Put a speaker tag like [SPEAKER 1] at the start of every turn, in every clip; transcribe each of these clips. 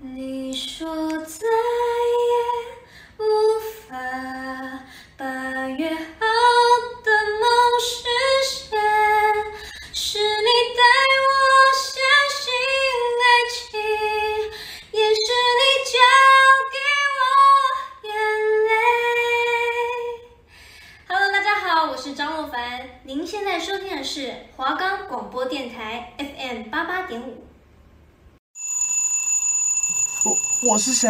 [SPEAKER 1] 你说再也无法把约好的梦实现，是你带我相信爱情，也是你教给我眼泪。Hello，大家好，我是张若凡。您现在收听的是华冈广播电台 FM 八八点五。
[SPEAKER 2] 我我是谁？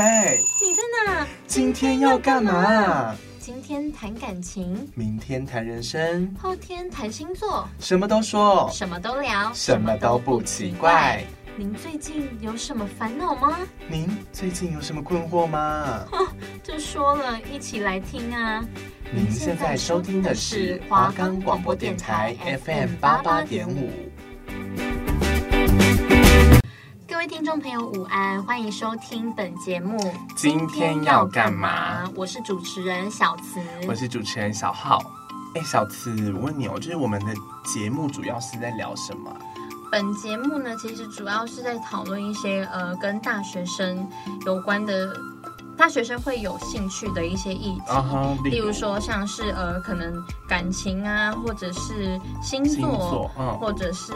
[SPEAKER 3] 你在哪？
[SPEAKER 2] 今天要干嘛？
[SPEAKER 3] 今天谈感情，
[SPEAKER 2] 明天谈人生，
[SPEAKER 3] 后天谈星座，
[SPEAKER 2] 什么都说，
[SPEAKER 3] 什么都聊，
[SPEAKER 2] 什么都不奇怪。。
[SPEAKER 3] 您最近有什么烦恼吗？
[SPEAKER 2] 您最近有什么困惑 吗？
[SPEAKER 3] 就说了，一起来听啊！
[SPEAKER 2] 您现在收听的是华冈广播电台 FM 八八点五。
[SPEAKER 3] 各位听众朋友，午安，欢迎收听本节目。
[SPEAKER 2] 今天要干嘛？？
[SPEAKER 3] 我是主持人小慈。
[SPEAKER 2] 我是主持人小浩。哎，小慈，我问你哦，就是我们的节目主要是在聊什么啊？
[SPEAKER 3] 本节目呢，其实主要是在讨论一些呃跟大学生有关的，大学生会有兴趣的一些议题。
[SPEAKER 2] 啊哈，
[SPEAKER 3] 例如说，像是呃，可能感情啊，或者是星座，
[SPEAKER 2] 星座，嗯，
[SPEAKER 3] 或者是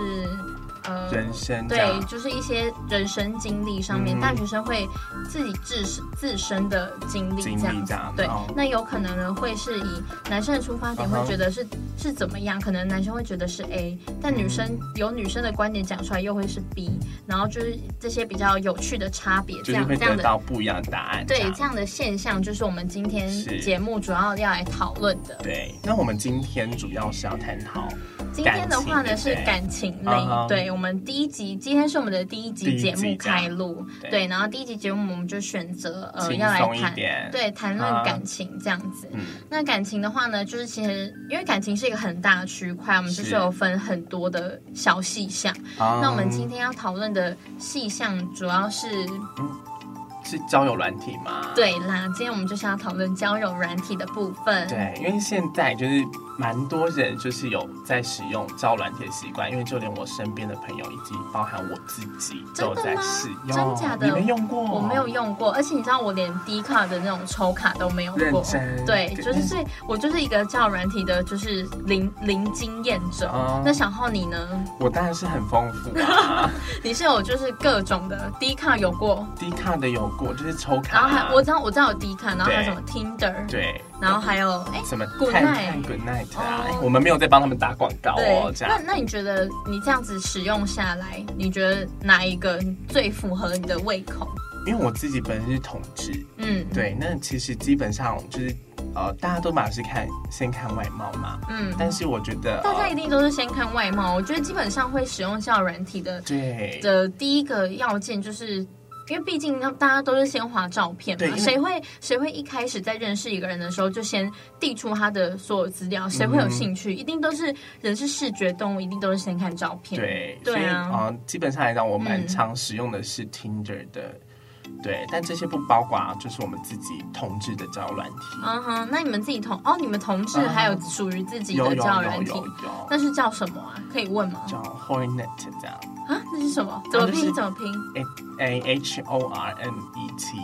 [SPEAKER 3] 呃，
[SPEAKER 2] 人生这
[SPEAKER 3] 对，
[SPEAKER 2] 样，
[SPEAKER 3] 就是一些人生经历上面，
[SPEAKER 2] 嗯
[SPEAKER 3] 大学生会自己自身自身的经历
[SPEAKER 2] 经历
[SPEAKER 3] 这样
[SPEAKER 2] 这
[SPEAKER 3] 子
[SPEAKER 2] 样。
[SPEAKER 3] 对
[SPEAKER 2] 哦，
[SPEAKER 3] 那有可能呢会是以男生的出发点，
[SPEAKER 2] 嗯哼
[SPEAKER 3] 会觉得是是怎么样？可能男生会觉得是 A，但女生
[SPEAKER 2] 嗯
[SPEAKER 3] 有女生的观点讲出来又会是 B，然后就是这些比较有趣的差别，
[SPEAKER 2] 就是
[SPEAKER 3] 这样
[SPEAKER 2] 会
[SPEAKER 3] 这
[SPEAKER 2] 得
[SPEAKER 3] 样的。
[SPEAKER 2] 到不一样的答案。
[SPEAKER 3] 对
[SPEAKER 2] 样
[SPEAKER 3] 这样的现象，就是我们今天
[SPEAKER 2] 是
[SPEAKER 3] 节目主要要来讨论的。
[SPEAKER 2] 对，那我们今天主要是要探讨
[SPEAKER 3] 今天的话呢
[SPEAKER 2] 感情
[SPEAKER 3] 是
[SPEAKER 2] 类
[SPEAKER 3] 感情
[SPEAKER 2] 嗯哼
[SPEAKER 3] 类，对我们第一集，今天是我们的第一
[SPEAKER 2] 第
[SPEAKER 3] 集
[SPEAKER 2] 一
[SPEAKER 3] 节
[SPEAKER 2] 集
[SPEAKER 3] 目
[SPEAKER 2] 这样
[SPEAKER 3] 开录，
[SPEAKER 2] 对
[SPEAKER 3] 对，然后第一集节目我们就选择呃
[SPEAKER 2] 轻
[SPEAKER 3] 要来
[SPEAKER 2] 松一
[SPEAKER 3] 谈，
[SPEAKER 2] 点，，
[SPEAKER 3] 对，谈
[SPEAKER 2] 啊
[SPEAKER 3] 论感情这样子。
[SPEAKER 2] 嗯，
[SPEAKER 3] 那感情的话呢，就是其实因为感情是一个很大的区块，我们就是
[SPEAKER 2] 是
[SPEAKER 3] 有分很多的小细项。那
[SPEAKER 2] 那
[SPEAKER 3] 我们今天要讨论的细项主要是
[SPEAKER 2] 嗯是交友软体吗？
[SPEAKER 3] 对啦，今天我们就是要讨论交友软体的部分。
[SPEAKER 2] 对，因为现在就是蛮多人就是有在使用交友软体的习惯，因为就连我身边的朋友以及包含我自己都有
[SPEAKER 3] 真的
[SPEAKER 2] 在
[SPEAKER 3] 吗
[SPEAKER 2] 使用，
[SPEAKER 3] 真假的
[SPEAKER 2] 你没用过？
[SPEAKER 3] 我没有用过，而且你知道我连 D 卡的那种抽卡都没有
[SPEAKER 2] 认
[SPEAKER 3] 过。
[SPEAKER 2] 真，
[SPEAKER 3] 对，就是
[SPEAKER 2] 这
[SPEAKER 3] 所以，我就是一个交友软体的，就是零零经验者。
[SPEAKER 2] 哦
[SPEAKER 3] 那小浩你呢？
[SPEAKER 2] 我当然是很丰富 啊
[SPEAKER 3] 你是有就是各种的 D 卡有过，
[SPEAKER 2] 低卡的有过，就是抽卡，
[SPEAKER 3] 然后啊还我知道我知道有 D 卡，然后还有
[SPEAKER 2] 啊对
[SPEAKER 3] 什么 Tinder，
[SPEAKER 2] 对
[SPEAKER 3] 然后还有哎、
[SPEAKER 2] 什么
[SPEAKER 3] Good
[SPEAKER 2] 探
[SPEAKER 3] night
[SPEAKER 2] 探 Good Night 啊，
[SPEAKER 3] 哦
[SPEAKER 2] 我们没有在帮他们打广告哦，
[SPEAKER 3] 对，
[SPEAKER 2] 这
[SPEAKER 3] 那
[SPEAKER 2] 样。
[SPEAKER 3] 那你觉得你这样子使用下来，你觉得哪一个最符合你的胃口？
[SPEAKER 2] 因为我自己本身是同志，
[SPEAKER 3] 嗯，，
[SPEAKER 2] 对，那其实基本上就是呃，大家都嘛是看先看外貌嘛，
[SPEAKER 3] 嗯，
[SPEAKER 2] 但是我觉得、
[SPEAKER 3] 大家一
[SPEAKER 2] 呃、
[SPEAKER 3] 定都是先看外貌，我觉得基本上会使用交友软体的
[SPEAKER 2] 对
[SPEAKER 3] 的第一个要件就是。因为毕竟那大家都是先划照片
[SPEAKER 2] 对
[SPEAKER 3] 嘛
[SPEAKER 2] 因，为
[SPEAKER 3] 谁会谁会一开始在认识一个人的时候就先递出他的所有资料？谁会
[SPEAKER 2] 嗯
[SPEAKER 3] 有兴趣？一定都是人是视觉动物，一定都是先看照片。，
[SPEAKER 2] 对，
[SPEAKER 3] 对
[SPEAKER 2] 所以
[SPEAKER 3] 啊
[SPEAKER 2] 呃，基本上来讲，我蛮
[SPEAKER 3] 嗯
[SPEAKER 2] 常使用的是 Tinder 的，对，但这些不包括啊就是我们自己同志的交友软体，
[SPEAKER 3] 嗯哼，那你们自己同哦，你们同志
[SPEAKER 2] 嗯
[SPEAKER 3] 还有属于自己
[SPEAKER 2] 有
[SPEAKER 3] 的
[SPEAKER 2] 有
[SPEAKER 3] 交友
[SPEAKER 2] 有
[SPEAKER 3] 软体，
[SPEAKER 2] 有有。
[SPEAKER 3] 那是叫什么啊？可以问吗？
[SPEAKER 2] 叫 Hornet 这样
[SPEAKER 3] 啊，那是什么？怎么
[SPEAKER 2] 就是
[SPEAKER 3] 拼？怎么拼？
[SPEAKER 2] ，A H O R N E T，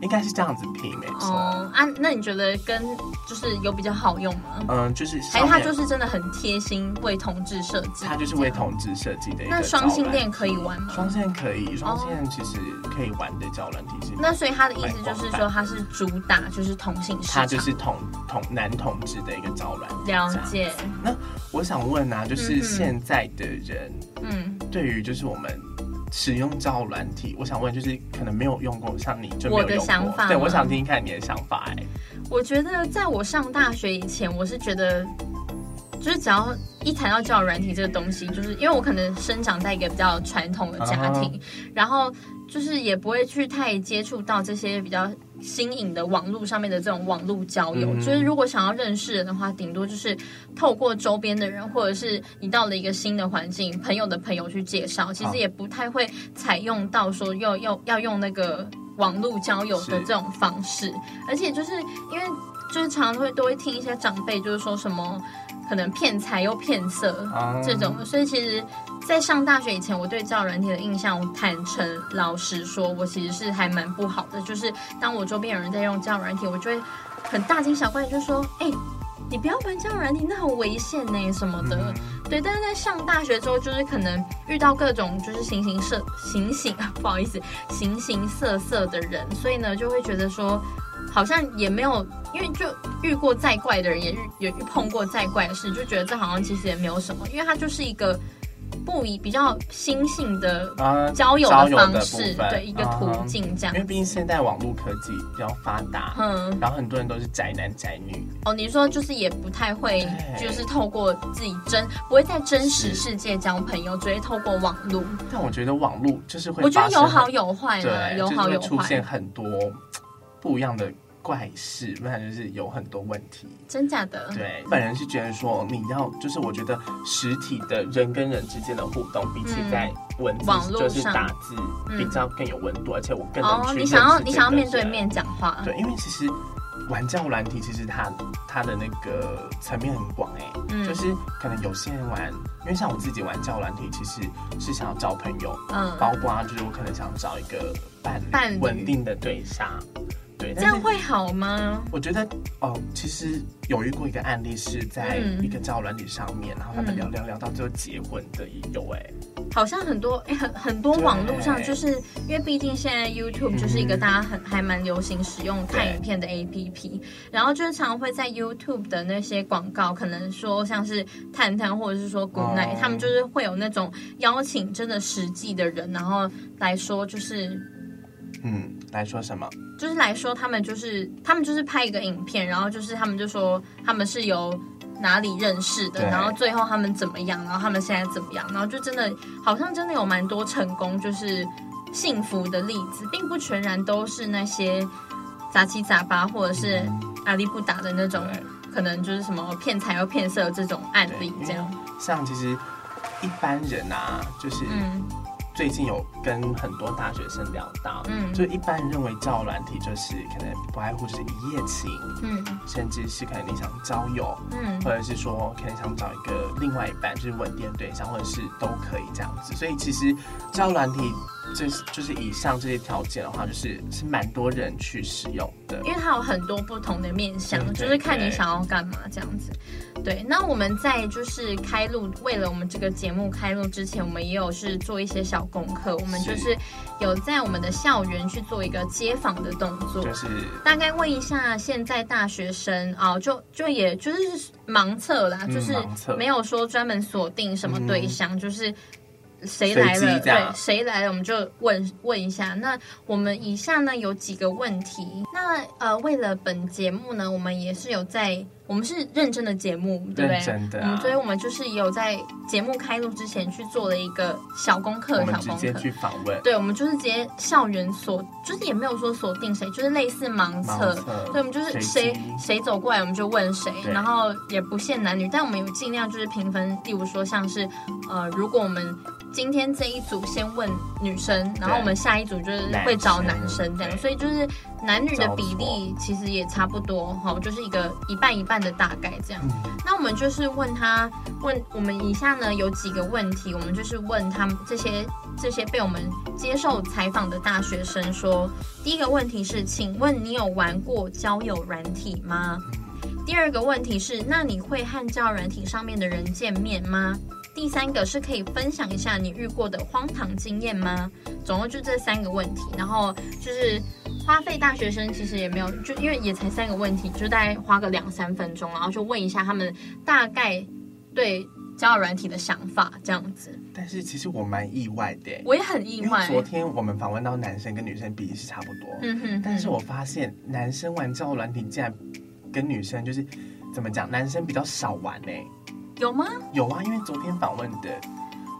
[SPEAKER 2] 应该是这样子拼没错。
[SPEAKER 3] 哦啊，那你觉得跟就是有比较好用吗？
[SPEAKER 2] 嗯，就是上
[SPEAKER 3] 还是
[SPEAKER 2] 面
[SPEAKER 3] 它就是真的很贴心为同志设计？
[SPEAKER 2] 它就是为同志设计的一个。
[SPEAKER 3] 那双性恋，可以玩吗？
[SPEAKER 2] 双性恋可以，双性恋其实可以玩的交友软体是
[SPEAKER 3] 哦那所以他的意思就是说，他是主打就是同性市
[SPEAKER 2] 他
[SPEAKER 3] 场，
[SPEAKER 2] 就是同同男同志的一个招揽。
[SPEAKER 3] 了
[SPEAKER 2] 这样。
[SPEAKER 3] 解，
[SPEAKER 2] 我想问啊，就
[SPEAKER 3] 嗯
[SPEAKER 2] 是
[SPEAKER 3] 哼
[SPEAKER 2] 现在的人
[SPEAKER 3] 嗯，
[SPEAKER 2] 对于就是我们使用招软体，我想问就是可能没有用过，像你就没
[SPEAKER 3] 我
[SPEAKER 2] 有
[SPEAKER 3] 的
[SPEAKER 2] 用
[SPEAKER 3] 想
[SPEAKER 2] 过
[SPEAKER 3] 法，
[SPEAKER 2] 对
[SPEAKER 3] 吗
[SPEAKER 2] 我想听听看你的想法哎、
[SPEAKER 3] 我觉得在我上大学以前，我是觉得。就是只要一谈到交友软体这个东西，就是因为我可能生长在一个比较传统的家庭然后就是也不会去太接触到这些比较新颖的网络上面的这种网络交友。
[SPEAKER 2] 嗯
[SPEAKER 3] 就是如果想要认识人的话，顶多就是透过周边的人，或者是你到了一个新的环境，朋友的朋友去介绍，其
[SPEAKER 2] 好
[SPEAKER 3] 实也不太会采用到说要要要用那个网络交友的
[SPEAKER 2] 是
[SPEAKER 3] 这种方式，而且就是因为就是常常会都会听一些长辈就是说什么可能骗财又骗色
[SPEAKER 2] 啊
[SPEAKER 3] 这种，所以其实在上大学以前，我对交友软体的印象，我坦诚老实说，我其实是还蛮不好的。就是当我周边有人在用交友软体，我就会很大惊小怪，就说：“哎、你不要玩交友软体，那很危险呢、什么的。对，但是在上大学之后，就是可能遇到各种就是形形色形形， 不好意思，形形色色的人，所以呢，就会觉得说，好像也没有，因为就遇过再怪的人，也遇也遇碰过再怪的事，就觉得这好像其实也没有什么，因为它就是一个不以比较新性的
[SPEAKER 2] 啊，
[SPEAKER 3] 交友
[SPEAKER 2] 交
[SPEAKER 3] 的
[SPEAKER 2] 友的
[SPEAKER 3] 方式，
[SPEAKER 2] 部分嗯啊
[SPEAKER 3] 对一个途径这
[SPEAKER 2] 因为
[SPEAKER 3] 样。
[SPEAKER 2] 毕竟现在网络科技比较发达，
[SPEAKER 3] 嗯，
[SPEAKER 2] 然后很多人都是宅男宅女，
[SPEAKER 3] 哦，你说就是也不太会，
[SPEAKER 2] 对
[SPEAKER 3] 就是透过自己真不会在真实
[SPEAKER 2] 是
[SPEAKER 3] 世界交朋友，只会透过网络。
[SPEAKER 2] 但我觉得网络就是会
[SPEAKER 3] 我觉
[SPEAKER 2] 发
[SPEAKER 3] 得
[SPEAKER 2] 生
[SPEAKER 3] 有好
[SPEAKER 2] 很
[SPEAKER 3] 有坏啦，
[SPEAKER 2] 对，
[SPEAKER 3] 哎有
[SPEAKER 2] 就是
[SPEAKER 3] 好
[SPEAKER 2] 会
[SPEAKER 3] 有
[SPEAKER 2] 出现
[SPEAKER 3] 坏，
[SPEAKER 2] 很多不一样的怪事，不然就是有很多问题。
[SPEAKER 3] 真假的。
[SPEAKER 2] 对，本人是觉得说你要就是我觉得实体的人跟人之间的互动，比起
[SPEAKER 3] 嗯
[SPEAKER 2] 在文
[SPEAKER 3] 网
[SPEAKER 2] 字
[SPEAKER 3] 络
[SPEAKER 2] 就是
[SPEAKER 3] 上
[SPEAKER 2] 打字比
[SPEAKER 3] 嗯
[SPEAKER 2] 较更有温度，而且我更能
[SPEAKER 3] 哦，
[SPEAKER 2] 去
[SPEAKER 3] 你想要
[SPEAKER 2] 认识
[SPEAKER 3] 你想要
[SPEAKER 2] 这个
[SPEAKER 3] 面对
[SPEAKER 2] 人
[SPEAKER 3] 面讲话，
[SPEAKER 2] 对，因为其实玩教软体，其实它它的那个层面很广哎、
[SPEAKER 3] 嗯
[SPEAKER 2] 就是可能有些人玩，因为像我自己玩教软体，其实是想要交朋友，
[SPEAKER 3] 嗯，
[SPEAKER 2] 包括啊就是我可能想找一个伴侣
[SPEAKER 3] 伴侣
[SPEAKER 2] 稳定的对象，对，
[SPEAKER 3] 这
[SPEAKER 2] 但
[SPEAKER 3] 样
[SPEAKER 2] 是
[SPEAKER 3] 会好吗？
[SPEAKER 2] 我觉得哦，其实有遇过一个案例是在
[SPEAKER 3] 嗯
[SPEAKER 2] 一个交友软体上面，然后他们
[SPEAKER 3] 嗯
[SPEAKER 2] 聊聊聊到最后结婚的也有哎、
[SPEAKER 3] 好像很多诶很很多
[SPEAKER 2] 对嗯
[SPEAKER 3] 网络上，就是因为毕竟现在 YouTube 就是一个大家很、还蛮流行使用看
[SPEAKER 2] 对
[SPEAKER 3] 影片的 APP，然后就是常会在 YouTube 的那些广告，可能说像是探探或者是说 Good Night，、
[SPEAKER 2] 哦
[SPEAKER 3] 他们就是会有那种邀请真的实际的人，然后来说就是
[SPEAKER 2] 嗯，来说什么？
[SPEAKER 3] 就是来说，他们就是他们就是拍一个影片，然后就是他们就说他们是由哪里认识的，
[SPEAKER 2] 对
[SPEAKER 3] 然后最后他们怎么样，然后他们现在怎么样，然后就真的好像真的有蛮多成功就是幸福的例子，并不全然都是那些杂七杂八或者是阿里不达的那种，
[SPEAKER 2] 对。
[SPEAKER 3] 可能就是什么骗财又骗色这种案
[SPEAKER 2] 对
[SPEAKER 3] 例
[SPEAKER 2] 因为
[SPEAKER 3] 这样。
[SPEAKER 2] 像其实一般人啊，就是
[SPEAKER 3] 嗯
[SPEAKER 2] 最近有跟很多大学生聊到，
[SPEAKER 3] 嗯
[SPEAKER 2] 就一般人认为交友软体就是可能不外乎就是一夜情，
[SPEAKER 3] 嗯
[SPEAKER 2] 甚至是可能你想交友，
[SPEAKER 3] 嗯
[SPEAKER 2] 或者是说可能想找一个另外一半，就是稳定的对象，或者是都可以这样子。所以其实交友软体就是就是以上这些条件的话，就是是蛮多人去使用的。
[SPEAKER 3] 因为它有很多不同的面向，
[SPEAKER 2] 对对
[SPEAKER 3] 就是看你想要干嘛这样子。对，那我们在就是开录，为了我们这个节目开录之前，我们也有是做一些小功课，我们
[SPEAKER 2] 是
[SPEAKER 3] 就是有在我们的校园去做一个街访的动作。
[SPEAKER 2] 就是
[SPEAKER 3] 大概问一下现在大学生啊、哦就就也就是盲测啦，
[SPEAKER 2] 嗯
[SPEAKER 3] 就是
[SPEAKER 2] 盲测嗯
[SPEAKER 3] 没有说专门锁定什么对象，就是谁
[SPEAKER 2] 随
[SPEAKER 3] 来
[SPEAKER 2] 机啊
[SPEAKER 3] 了，
[SPEAKER 2] 这样
[SPEAKER 3] 对，谁来了我们就问问一下。那我们以下呢有几个问题，那呃为了本节目呢，我们也是有在。我们是认真的节目，对不对？
[SPEAKER 2] 认真的啊
[SPEAKER 3] 嗯，所以我们就是有在节目开录之前去做了一个小功课
[SPEAKER 2] 我，们
[SPEAKER 3] 小
[SPEAKER 2] 直
[SPEAKER 3] 功
[SPEAKER 2] 接
[SPEAKER 3] 课。
[SPEAKER 2] 去访问
[SPEAKER 3] 对，我们就是直接校园锁，就是也没有说锁定谁，就是类似盲测。
[SPEAKER 2] 盲测
[SPEAKER 3] 对，我们就是
[SPEAKER 2] 随
[SPEAKER 3] 谁
[SPEAKER 2] 机
[SPEAKER 3] 谁走过来，我们就问谁，
[SPEAKER 2] 对
[SPEAKER 3] 然后也不限男女，但我们有尽量就是平分，例如说像是，呃，如果我们今天这一组先问女生，然后我们下一组就是会找男生这
[SPEAKER 2] 男
[SPEAKER 3] 样，
[SPEAKER 2] 生对
[SPEAKER 3] 所以就是男女的比例其实也差不多哈，就是一个一半一半的大概这样。
[SPEAKER 2] 嗯
[SPEAKER 3] 那我们就是问他，问我们以下呢有几个问题，我们就是问他们这些这些被我们接受采访的大学生说，第一个问题是，请问你有玩过交友软体吗？第二个问题是，那你会和交友软体上面的人见面吗？第三个是可以分享一下你遇过的荒唐经验吗？总共就这三个问题，然后就是花费大学生其实也没有，就因为也才三个问题，就大概花个两三分钟，然后就问一下他们大概对交友软体的想法这样子。
[SPEAKER 2] 但是其实我蛮意外的耶，
[SPEAKER 3] 我也很意
[SPEAKER 2] 因为
[SPEAKER 3] 外，
[SPEAKER 2] 昨天我们访问到男生跟女生比例是差不多，
[SPEAKER 3] 嗯哼
[SPEAKER 2] 但是
[SPEAKER 3] 嗯
[SPEAKER 2] 我发现男生玩交友软体竟然跟女生就是怎么讲，男生比较少玩呢、
[SPEAKER 3] 有吗？
[SPEAKER 2] 有啊，因为昨天访问的，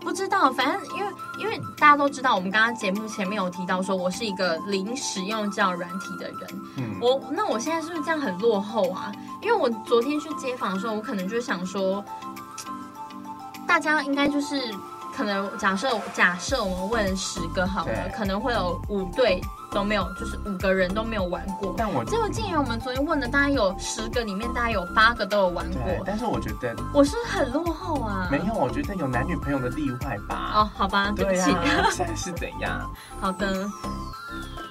[SPEAKER 3] 不知道，反正因为因为大家都知道，我们刚刚节目前面有提到说，我是一个零使用交友软体的人。
[SPEAKER 2] 嗯，
[SPEAKER 3] 我那我现在是不是这样很落后啊？因为我昨天去街访的时候，我可能就想说，大家应该就是可能假设假设我们问十个好了
[SPEAKER 2] 对，
[SPEAKER 3] 可能会有五对都没有，就是五个人都没有玩过。
[SPEAKER 2] 但我
[SPEAKER 3] 结果竟然我们昨天问的，大概有十个里面，大概有八个都有玩
[SPEAKER 2] 对，
[SPEAKER 3] 过。
[SPEAKER 2] 但是我觉得
[SPEAKER 3] 我是不是很落后啊？
[SPEAKER 2] 没有，我觉得有男女朋友的例外吧。
[SPEAKER 3] 哦，好吧，对不
[SPEAKER 2] 对
[SPEAKER 3] 起。
[SPEAKER 2] 啊，现在是怎样？
[SPEAKER 3] 好的，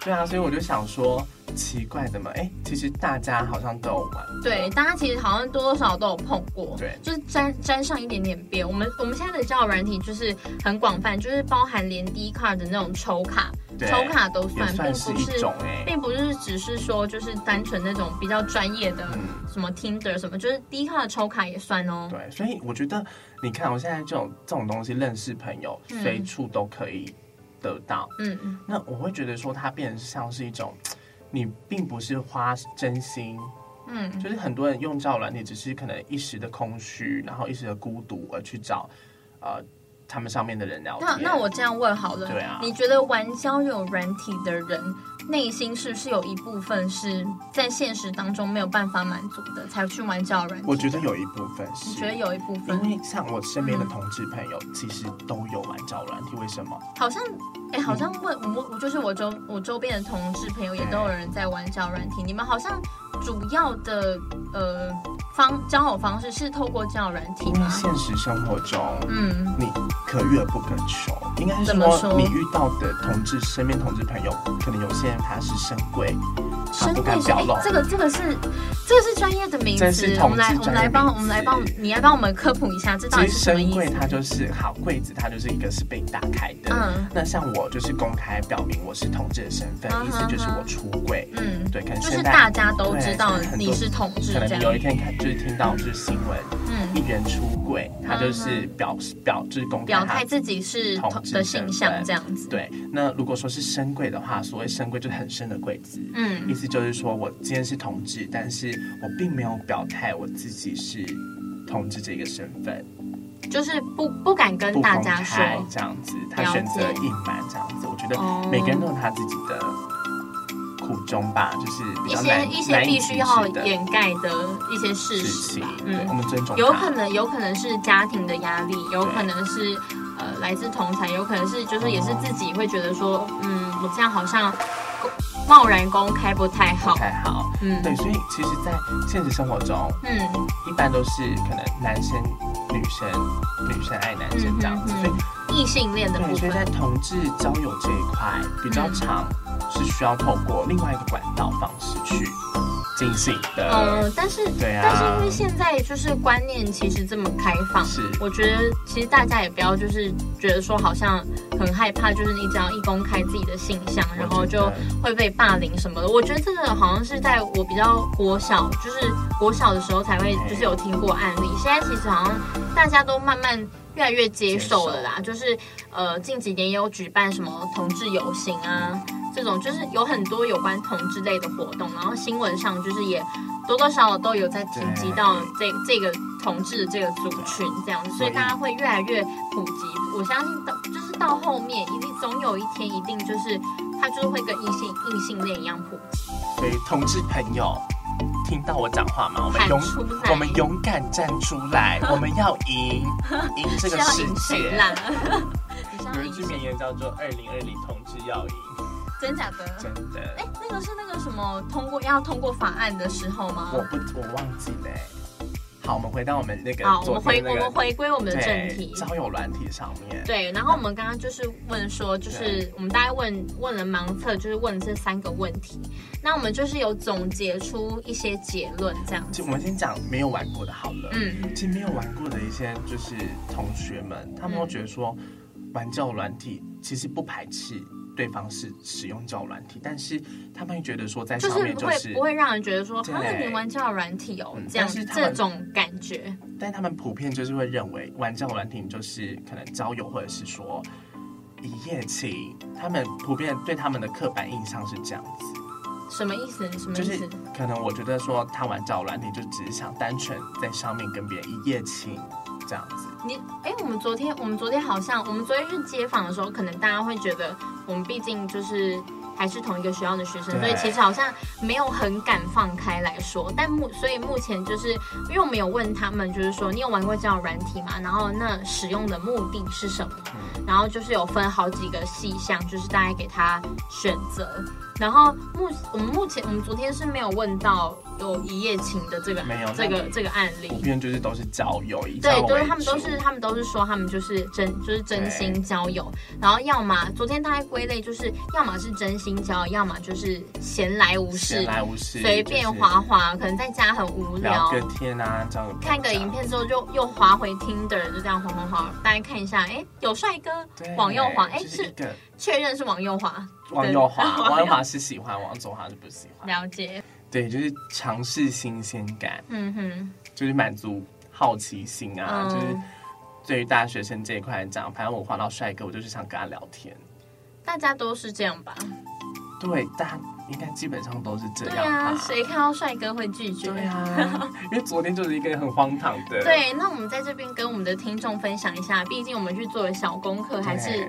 [SPEAKER 2] 对啊，所以我就想说，奇怪，怎么哎，其实大家好像都有玩过，
[SPEAKER 3] 对，大家其实好像多多少少都有碰过，
[SPEAKER 2] 对
[SPEAKER 3] 就是沾沾上一点点边。我们我们现在的交友软体就是很广泛，就是包含连 D card 的那种抽卡，
[SPEAKER 2] 对
[SPEAKER 3] 抽卡都
[SPEAKER 2] 也
[SPEAKER 3] 算，
[SPEAKER 2] 算是
[SPEAKER 3] 并
[SPEAKER 2] 一
[SPEAKER 3] 不是
[SPEAKER 2] 种哎、
[SPEAKER 3] 并不是只是说就是单纯那种比较专业的
[SPEAKER 2] 嗯，
[SPEAKER 3] 什么 Tinder 什么，就是 D card 的抽卡也算哦。
[SPEAKER 2] 对，所以我觉得，你看我哦现在这种这种东西，认识朋友，
[SPEAKER 3] 嗯
[SPEAKER 2] 随处都可以得到。
[SPEAKER 3] 嗯，
[SPEAKER 2] 那我会觉得说，它变成像是一种，你并不是花真心，
[SPEAKER 3] 嗯，
[SPEAKER 2] 就是很多人用交友软体，只是可能一时的空虚，然后一时的孤独而去找，呃，他们上面的人聊天。
[SPEAKER 3] 那那我这样问好了，
[SPEAKER 2] 对啊
[SPEAKER 3] 你觉得玩交友软体的人内心是不是有一部分是在现实当中没有办法满足的，才去玩交友软体？
[SPEAKER 2] 我觉得有一部分是，
[SPEAKER 3] 你觉得嗯有一部
[SPEAKER 2] 因
[SPEAKER 3] 分
[SPEAKER 2] 为像我身边的同志朋友，其实都有玩交友软体，为什么？
[SPEAKER 3] 好像，哎、
[SPEAKER 2] 嗯
[SPEAKER 3] 好像问我我就是我周我周边的同志朋友也都有人在玩交友软体，你们好像主要的呃方交友方式是透过交友软体
[SPEAKER 2] 因为
[SPEAKER 3] 吗？
[SPEAKER 2] 现实生活中，
[SPEAKER 3] 嗯，
[SPEAKER 2] 你可遇而不可求，应该是
[SPEAKER 3] 怎么
[SPEAKER 2] 说
[SPEAKER 3] 说
[SPEAKER 2] 你遇到的同志身边同志朋友，可能有些人他是深贵，他
[SPEAKER 3] 身
[SPEAKER 2] 不
[SPEAKER 3] 贵
[SPEAKER 2] 敢
[SPEAKER 3] 是
[SPEAKER 2] 表
[SPEAKER 3] 哎
[SPEAKER 2] 露，，
[SPEAKER 3] 这个这个是这个是专业的名
[SPEAKER 2] 这
[SPEAKER 3] 词
[SPEAKER 2] 是，
[SPEAKER 3] 我
[SPEAKER 2] 同
[SPEAKER 3] 们
[SPEAKER 2] 志
[SPEAKER 3] 来我们来帮我们来帮
[SPEAKER 2] 专业名
[SPEAKER 3] 你来帮我们科普一下，这到
[SPEAKER 2] 其
[SPEAKER 3] 底
[SPEAKER 2] 实
[SPEAKER 3] 是什么
[SPEAKER 2] 深
[SPEAKER 3] 意
[SPEAKER 2] 柜
[SPEAKER 3] 思？
[SPEAKER 2] 它就是好柜子，它就是一个是被打开的。
[SPEAKER 3] 嗯
[SPEAKER 2] 那像我就是公开表明我是同志的身份，
[SPEAKER 3] 嗯
[SPEAKER 2] 意思就是我出柜。
[SPEAKER 3] 嗯，
[SPEAKER 2] 对，可能
[SPEAKER 3] 就是
[SPEAKER 2] 现
[SPEAKER 3] 大
[SPEAKER 2] 在
[SPEAKER 3] 家都知道
[SPEAKER 2] 对很多
[SPEAKER 3] 你是同志
[SPEAKER 2] 可
[SPEAKER 3] 这
[SPEAKER 2] 能
[SPEAKER 3] 样
[SPEAKER 2] 你，有一天看就是听到就是新闻
[SPEAKER 3] 嗯，
[SPEAKER 2] 艺人出柜，他就是表示表示公开
[SPEAKER 3] 表
[SPEAKER 2] 他
[SPEAKER 3] 态自己是
[SPEAKER 2] 同
[SPEAKER 3] 同
[SPEAKER 2] 志
[SPEAKER 3] 的
[SPEAKER 2] 身
[SPEAKER 3] 性
[SPEAKER 2] 份
[SPEAKER 3] 向这样子，
[SPEAKER 2] 对，那如果说是深柜的话，所谓深柜就是很深的柜子。
[SPEAKER 3] 嗯
[SPEAKER 2] 意思就是说我今天是同志，但是我并没有表态我自己是同志这个身份，
[SPEAKER 3] 就是不不敢跟
[SPEAKER 2] 不
[SPEAKER 3] 大
[SPEAKER 2] 公
[SPEAKER 3] 家
[SPEAKER 2] 开
[SPEAKER 3] 说。
[SPEAKER 2] 这样子，他
[SPEAKER 3] 了
[SPEAKER 2] 选择
[SPEAKER 3] 解
[SPEAKER 2] 隐瞒这样子。我觉
[SPEAKER 3] 哦
[SPEAKER 2] 得每个人都有他自己的苦衷吧，就是比
[SPEAKER 3] 一
[SPEAKER 2] 较
[SPEAKER 3] 些
[SPEAKER 2] 难
[SPEAKER 3] 一些
[SPEAKER 2] 难以
[SPEAKER 3] 必
[SPEAKER 2] 启
[SPEAKER 3] 须要
[SPEAKER 2] 齿的
[SPEAKER 3] 掩盖的一些事
[SPEAKER 2] 事
[SPEAKER 3] 实
[SPEAKER 2] 情
[SPEAKER 3] 吧，，
[SPEAKER 2] 对我
[SPEAKER 3] 嗯，
[SPEAKER 2] 们尊重他。
[SPEAKER 3] 有可能有可能是家庭的压力，有可能是呃来自同才，有可能是就是也是自己会觉得说，嗯，我这样好像公贸然公开不太
[SPEAKER 2] 不
[SPEAKER 3] 好，
[SPEAKER 2] 太好。
[SPEAKER 3] 嗯
[SPEAKER 2] 对，所以其实，在现实生活中，
[SPEAKER 3] 嗯，
[SPEAKER 2] 一般都是可能男生、女生、女生爱男生这样子，
[SPEAKER 3] 嗯
[SPEAKER 2] 所以
[SPEAKER 3] 嗯异性恋的部
[SPEAKER 2] 对，所以在
[SPEAKER 3] 分，嗯
[SPEAKER 2] 同志交友这一块比较长，是需要透过另外一个管道方式去进行的。
[SPEAKER 3] 嗯、但是
[SPEAKER 2] 对啊
[SPEAKER 3] 但是因为现在就是观念其实这么开放，
[SPEAKER 2] 是
[SPEAKER 3] 我觉得其实大家也不要就是觉得说好像很害怕，就是你只要一公开自己的性向，然后
[SPEAKER 2] 我觉得
[SPEAKER 3] 就会被霸凌什么的。我觉得这个好像是在我比较国小，就是国小的时候才会
[SPEAKER 2] 嗯
[SPEAKER 3] 就是有听过案例，现在其实好像大家都慢慢。越来越接受了啦，就是呃，近几年也有举办什么同志游行啊，这种就是有很多有关同志类的活动，然后新闻上就是也多多少少都有在提及到这这个同志这个族群这样子，所以
[SPEAKER 2] 嗯
[SPEAKER 3] 大家会越来越普及。我相信到就是到后面一定总有一天一定就是它就是会跟异性异性恋一样普及。
[SPEAKER 2] 所以同志朋友听到我讲话嘛，我们
[SPEAKER 3] 喊
[SPEAKER 2] 勇
[SPEAKER 3] 出来，
[SPEAKER 2] 我们勇敢站出来， 我们要赢，赢这
[SPEAKER 3] 是
[SPEAKER 2] 个
[SPEAKER 3] 要
[SPEAKER 2] 世
[SPEAKER 3] 赢谁
[SPEAKER 2] 界。
[SPEAKER 3] 啦？你是要
[SPEAKER 2] 有一
[SPEAKER 3] 赢
[SPEAKER 2] 句名
[SPEAKER 3] 谁？
[SPEAKER 2] 言叫做“二零二零同志要赢
[SPEAKER 3] 真假”，的？
[SPEAKER 2] 真的
[SPEAKER 3] 哎，，那个是那个什么通过要通过法案的时候吗
[SPEAKER 2] 我？不我忘记了欸、好，我们回到我们那个
[SPEAKER 3] 好，我
[SPEAKER 2] 昨
[SPEAKER 3] 们回
[SPEAKER 2] 天
[SPEAKER 3] 我
[SPEAKER 2] 那
[SPEAKER 3] 们
[SPEAKER 2] 个
[SPEAKER 3] 回归我们的正
[SPEAKER 2] 对
[SPEAKER 3] 题。
[SPEAKER 2] 交友软体上面，
[SPEAKER 3] 对，然后我们刚刚就是问说，就是我们大概问问了盲测，就是问了这三个问题，那我们就是有总结出一些结论这样子
[SPEAKER 2] 就。我们先讲没有玩过的好了。
[SPEAKER 3] 嗯，
[SPEAKER 2] 其实没有玩过的一些就是同学们，他们会觉得说，玩交友软体其实不排斥对方是使用交友软体，但是他们会觉得说在
[SPEAKER 3] 就
[SPEAKER 2] 上
[SPEAKER 3] 是
[SPEAKER 2] 面
[SPEAKER 3] 不
[SPEAKER 2] 就
[SPEAKER 3] 会
[SPEAKER 2] 是，
[SPEAKER 3] 不会让人觉得说，
[SPEAKER 2] 对
[SPEAKER 3] 啊，你玩交友软体哦
[SPEAKER 2] 嗯，
[SPEAKER 3] 这样
[SPEAKER 2] 但是他们
[SPEAKER 3] 这种感觉。
[SPEAKER 2] 但他们普遍就是会认为玩交友软体就是可能交友或者是说一夜情，他们普遍对他们的刻板印象是这样子。
[SPEAKER 3] 什么意思？什么
[SPEAKER 2] 就
[SPEAKER 3] 意
[SPEAKER 2] 是
[SPEAKER 3] 思？
[SPEAKER 2] 可能我觉得说他玩交友软体就只是想单纯在上面跟别人一夜情这样子，
[SPEAKER 3] 你哎，我们昨天我们昨天好像我们昨天去街访的时候，可能大家会觉得我们毕竟就是。还是同一个学校的学生，
[SPEAKER 2] 对
[SPEAKER 3] 所以其实好像没有很敢放开来说。但目所以目前就是因为我们有问他们，就是说你有玩过交友软体吗？然后那使用的目的是什么？
[SPEAKER 2] 嗯
[SPEAKER 3] 然后就是有分好几个细项，就是大概给他选择。然后目我们目前我们昨天是没有问到有一夜情的这个
[SPEAKER 2] 没有
[SPEAKER 3] 这个这个案例，
[SPEAKER 2] 普遍就是都是交友，以交
[SPEAKER 3] 对，
[SPEAKER 2] 友
[SPEAKER 3] 就是
[SPEAKER 2] 为
[SPEAKER 3] 他们都
[SPEAKER 2] 主
[SPEAKER 3] 是他们都是说他们就是真就是真
[SPEAKER 2] 对
[SPEAKER 3] 心交友，
[SPEAKER 2] 哎
[SPEAKER 3] 然后要么昨天大概归类就是要么是真心交友，要么就是闲来无
[SPEAKER 2] 闲
[SPEAKER 3] 事
[SPEAKER 2] 来无事，
[SPEAKER 3] 随便
[SPEAKER 2] 滑
[SPEAKER 3] 滑滑，可能在家很无
[SPEAKER 2] 聊
[SPEAKER 3] 聊
[SPEAKER 2] 个，天啊，这样
[SPEAKER 3] 看个影，片之后就又滑回 Tinder，就这样滑滑滑，大家看一下，哎，有帅哥，
[SPEAKER 2] 对
[SPEAKER 3] 往右滑，哎，
[SPEAKER 2] 就是一
[SPEAKER 3] 是
[SPEAKER 2] 个
[SPEAKER 3] 确认是往右滑，
[SPEAKER 2] 往
[SPEAKER 3] 对
[SPEAKER 2] 右滑，
[SPEAKER 3] 往
[SPEAKER 2] 往右
[SPEAKER 3] 右
[SPEAKER 2] 滑是喜欢，往左滑是不喜欢，
[SPEAKER 3] 了解，
[SPEAKER 2] 对，就是尝试新鲜感，
[SPEAKER 3] 嗯哼，
[SPEAKER 2] 就是满足好奇心啊，就是
[SPEAKER 3] 嗯，
[SPEAKER 2] 对于大学生这一块来讲，反正我滑到帅哥，我就是想跟他聊天，
[SPEAKER 3] 大家都是这样吧？
[SPEAKER 2] 对，大家应该基本上都是这
[SPEAKER 3] 对
[SPEAKER 2] 样
[SPEAKER 3] 啊，
[SPEAKER 2] 吧。
[SPEAKER 3] 谁看到帅哥会拒绝？
[SPEAKER 2] 对啊，因为昨天就是一个很荒唐的，
[SPEAKER 3] 对，那我们在这边跟我们的听众分享一下，毕竟我们去做了小功课，
[SPEAKER 2] 对，
[SPEAKER 3] 还是